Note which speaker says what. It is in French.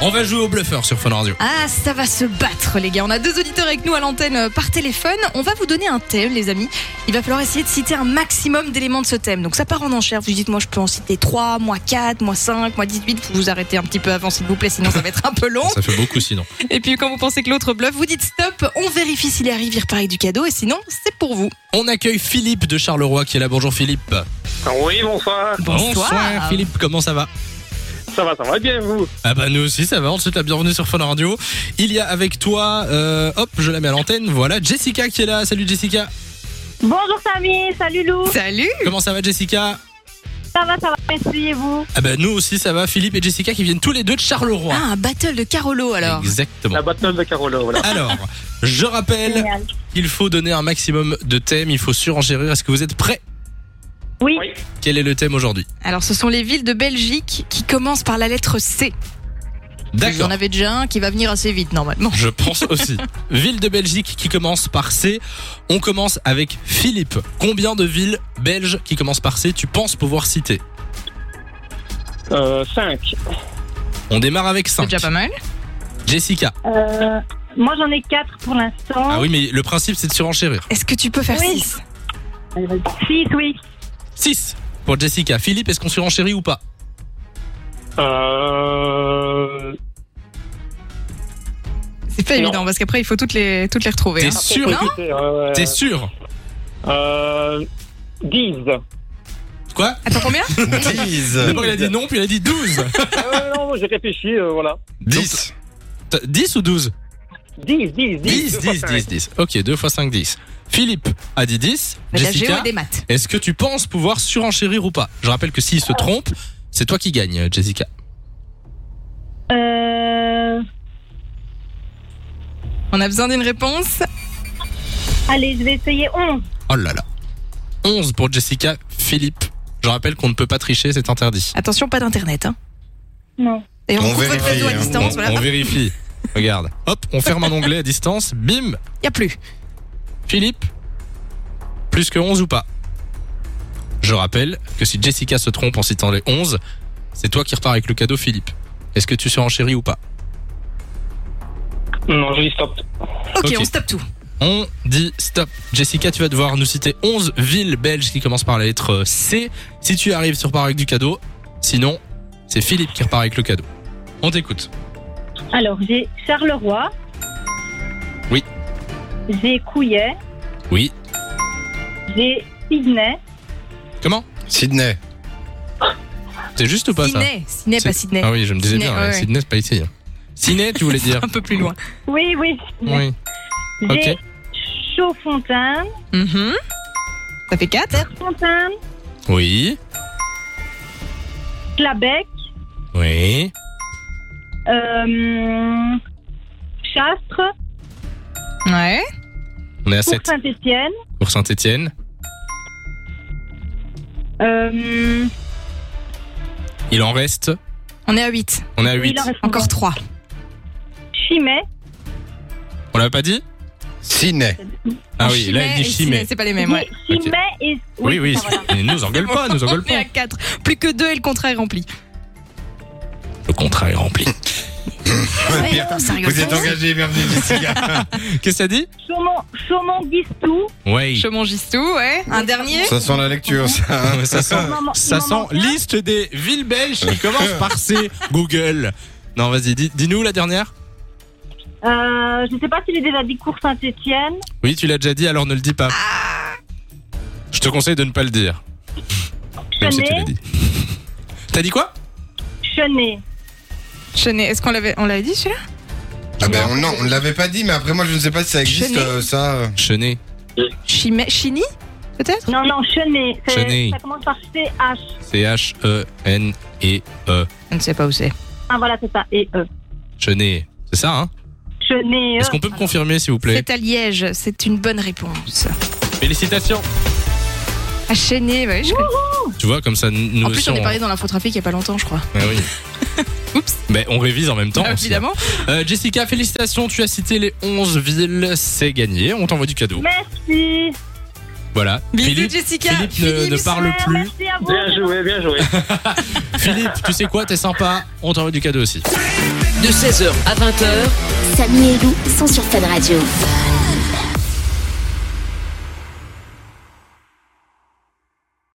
Speaker 1: On va jouer au bluffeur sur Fun Radio.
Speaker 2: Ah, ça va se battre, les gars. On a deux auditeurs avec nous à l'antenne euh, par téléphone. On va vous donner un thème, les amis. Il va falloir essayer de citer un maximum d'éléments de ce thème. Donc, ça part en enchère. Vous dites, moi, je peux en citer 3, moi 4, moi 5, moi 18. Vous vous arrêtez un petit peu avant, s'il vous plaît, sinon ça va être un peu long.
Speaker 1: Ça fait beaucoup sinon.
Speaker 2: Et puis, quand vous pensez que l'autre bluffe, vous dites stop. On vérifie s'il arrive, il repart avec du cadeau. Et sinon, c'est pour vous.
Speaker 1: On accueille Philippe de Charleroi qui est là. Bonjour Philippe.
Speaker 3: Oui, bonsoir.
Speaker 1: Bonsoir Philippe, comment ça va
Speaker 3: Ça va, ça va bien, vous
Speaker 1: Ah bah nous aussi ça va, on te souhaite la bienvenue sur Fun Radio. Il y a avec toi, euh, hop, je la mets à l'antenne, voilà, Jessica qui est là. Salut Jessica.
Speaker 4: Bonjour Samy, salut Lou.
Speaker 2: Salut
Speaker 1: Comment ça va Jessica
Speaker 4: Ça va, ça va, merci et vous
Speaker 1: Ah bah nous aussi ça va, Philippe et Jessica qui viennent tous les deux de Charleroi.
Speaker 2: Ah, un battle de Carolo, alors.
Speaker 1: Exactement.
Speaker 3: La battle de Carolo, voilà.
Speaker 1: Alors, je rappelle
Speaker 4: Génial.
Speaker 1: qu'il faut donner un maximum de thèmes, il faut surenchérir. Est-ce que vous êtes prêts
Speaker 4: Oui.
Speaker 3: Oui.
Speaker 1: Quel est le thème aujourd'hui
Speaker 2: Alors, ce sont les villes de Belgique qui commencent par la lettre C. Vous
Speaker 1: D'accord.
Speaker 2: en avez déjà un qui va venir assez vite, normalement.
Speaker 1: Je pense aussi. Ville de Belgique qui commence par C. On commence avec Philippe. Combien de villes belges qui commencent par C tu penses pouvoir citer
Speaker 3: Euh, 5.
Speaker 1: On démarre avec
Speaker 2: C'est
Speaker 1: 5.
Speaker 2: déjà pas mal.
Speaker 1: Jessica.
Speaker 4: Euh, moi j'en ai quatre pour l'instant.
Speaker 1: Ah oui, mais le principe c'est de surenchérir.
Speaker 2: Est-ce que tu peux faire
Speaker 4: Oui.
Speaker 2: 6
Speaker 4: Euh, Six, oui.
Speaker 1: 6 pour Jessica. Philippe, est-ce qu'on surenchérit ou pas
Speaker 3: Euh...
Speaker 2: C'est pas
Speaker 3: Non.
Speaker 2: évident parce qu'après il faut toutes les toutes les retrouver.
Speaker 1: T'es
Speaker 2: hein.
Speaker 1: sûr
Speaker 3: Écoutez, euh,
Speaker 1: T'es sûr
Speaker 3: euh, 10.
Speaker 1: Quoi
Speaker 2: Attends combien
Speaker 5: 10.
Speaker 1: D'abord il a dit non, puis il a dit 12.
Speaker 3: euh, non, j'ai réfléchi, euh, voilà.
Speaker 5: 10.
Speaker 1: 10 ou 12
Speaker 3: 10, 10, 10.
Speaker 1: 10, 10, 10, 10. Ok, 2 x 5, 10. Philippe a dit 10.
Speaker 2: Mais la géo
Speaker 1: Jessica,
Speaker 2: et des maths.
Speaker 1: est-ce que tu penses pouvoir surenchérir ou pas Je rappelle que s'il se trompe, c'est toi qui gagne, Jessica.
Speaker 4: Euh,
Speaker 2: On a besoin d'une réponse.
Speaker 4: allez, je vais essayer 11.
Speaker 1: Oh là là. 11 pour Jessica, Philippe. Je rappelle qu'on ne peut pas tricher, c'est interdit.
Speaker 2: Attention pas d'internet. Hein.
Speaker 4: Non.
Speaker 2: Et on,
Speaker 5: On
Speaker 2: coupe votre
Speaker 5: vérifie,
Speaker 2: réseau à
Speaker 5: hein.
Speaker 2: distance.
Speaker 1: on,
Speaker 2: voilà.
Speaker 1: on vérifie. Regarde. Hop, on ferme un onglet à distance. Bim.
Speaker 2: Y a plus.
Speaker 1: Philippe, plus que 11 ou pas Je rappelle que si Jessica se trompe en citant les 11, c'est toi qui repars avec le cadeau, Philippe. Est-ce que tu surenchéris ou pas
Speaker 3: Non, je dis stop.
Speaker 1: Ok.
Speaker 2: ok, on stoppe tout.
Speaker 1: On dit stop. Jessica, tu vas devoir nous citer 11 villes belges qui commencent par la lettre C. Si tu y arrives, tu repars avec du cadeau. Sinon, c'est Philippe qui repart avec le cadeau. On t'écoute.
Speaker 4: Alors, j'ai Charleroi.
Speaker 1: Oui.
Speaker 4: J'ai Couillet.
Speaker 1: Oui.
Speaker 4: J'ai Sydney.
Speaker 1: Comment
Speaker 5: Sydney.
Speaker 1: C'est juste ou pas ça
Speaker 2: Sydney, Sydney pas
Speaker 1: C'est-
Speaker 2: Sydney.
Speaker 1: Ah oui, je me disais
Speaker 2: Sydney,
Speaker 1: bien,
Speaker 2: ouais,
Speaker 1: hein,
Speaker 2: ouais.
Speaker 1: Sydney, c'est pas ici. hein. Sydney, tu voulais dire
Speaker 2: Un peu plus loin.
Speaker 4: Oui, oui. Sydney.
Speaker 1: Oui.
Speaker 4: J'ai
Speaker 1: ok.
Speaker 4: Chaudfontaine.
Speaker 2: Mhm. Ça fait 4
Speaker 4: Fontaine.
Speaker 1: Oui.
Speaker 4: Clabec.
Speaker 1: Oui.
Speaker 4: Euh, Chastres.
Speaker 2: Ouais.
Speaker 1: On est à
Speaker 4: Pour
Speaker 1: 7
Speaker 4: Saint-Étienne.
Speaker 1: pour Saint-Etienne.
Speaker 4: Euh,
Speaker 1: Il en reste.
Speaker 2: On est à 8
Speaker 1: On est à 8.
Speaker 4: il en reste
Speaker 2: Encore 3
Speaker 4: Chimay.
Speaker 1: On l'avait pas dit
Speaker 5: Sydney.
Speaker 1: Ah oui, là, il dit Chimay.
Speaker 2: C'est pas les mêmes. Ouais.
Speaker 4: J'ai Chimay et.
Speaker 1: Oui, oui.
Speaker 4: ça, voilà.
Speaker 1: Mais nous engueule pas, nous engueule
Speaker 2: On est
Speaker 1: pas.
Speaker 2: à 4 Plus que 2 et le contrat est rempli.
Speaker 1: Le contrat est rempli.
Speaker 2: Ouais, attends, ça rigole
Speaker 5: Vous êtes
Speaker 2: pas.
Speaker 5: engagé, bienvenue, Jessica.
Speaker 1: Qu'est-ce que ça dit
Speaker 4: Chaumont, Chaumont Guistou.
Speaker 1: Oui.
Speaker 2: Chaumont-Gistoux, ouais. Un dernier.
Speaker 5: Ça sent la lecture, ça.
Speaker 1: Ouais, ça sent,
Speaker 4: Il m'en- il
Speaker 1: ça
Speaker 4: m'en
Speaker 1: sent
Speaker 4: manque un.
Speaker 1: liste des villes belges qui commence par C. Google. Non, vas-y, dis- dis-nous la dernière.
Speaker 4: Euh, je ne sais pas s'il est déjà dit cours Saint-Étienne.
Speaker 1: Oui, tu l'as déjà dit, alors ne le dis pas. Je te conseille de ne pas le dire. Même si tu l'as
Speaker 4: Chenet.
Speaker 1: dit. T'as dit quoi
Speaker 4: Chenet.
Speaker 2: Chenet, est-ce qu'on l'avait on l'avait dit celui-là
Speaker 5: Ah ben on- non, on ne l'avait pas dit, mais après moi je ne sais pas si ça existe
Speaker 2: Chenet.
Speaker 5: euh, ça. euh.
Speaker 1: Chenet.
Speaker 2: Chimay, Chini peut-être
Speaker 4: Non, non, Chenet. C'est-
Speaker 1: Chenet.
Speaker 4: Ça commence par
Speaker 1: E
Speaker 4: C-H.
Speaker 1: C-H-E-N-E-E.
Speaker 2: Je ne sais pas où c'est.
Speaker 4: Ah, voilà, c'est ça. Et E.
Speaker 1: Chenet. C'est ça, hein
Speaker 4: Chenet. E.
Speaker 1: Est-ce qu'on peut me confirmer, s'il vous plaît
Speaker 2: C'est à Liège, c'est une bonne réponse.
Speaker 1: Félicitations.
Speaker 2: À Chenet, ouais, je connais.
Speaker 1: Tu vois, comme ça, nous
Speaker 2: En plus,
Speaker 1: aussi,
Speaker 2: j'en ai
Speaker 1: on-
Speaker 2: parlé dans l'infotrafic il n'y a pas longtemps, je crois.
Speaker 1: Ah oui.
Speaker 2: Oups.
Speaker 1: Mais on révise en même temps.
Speaker 2: Ah,
Speaker 1: aussi.
Speaker 2: évidemment.
Speaker 1: Euh, Jessica, félicitations. Tu as cité les 11 villes. C'est gagné. On t'envoie du cadeau.
Speaker 4: Merci.
Speaker 1: Voilà.
Speaker 2: Bisous,
Speaker 1: Philippe,
Speaker 2: Jessica.
Speaker 1: Philippe ne- ne
Speaker 2: Philippe.
Speaker 1: parle plus.
Speaker 4: Merci à vous.
Speaker 3: Bien joué, bien joué.
Speaker 1: Philippe, tu sais quoi, t'es sympa. On t'envoie du cadeau aussi.
Speaker 6: De 16h à 20h,
Speaker 7: Samy et Lou sont sur Fun Radio.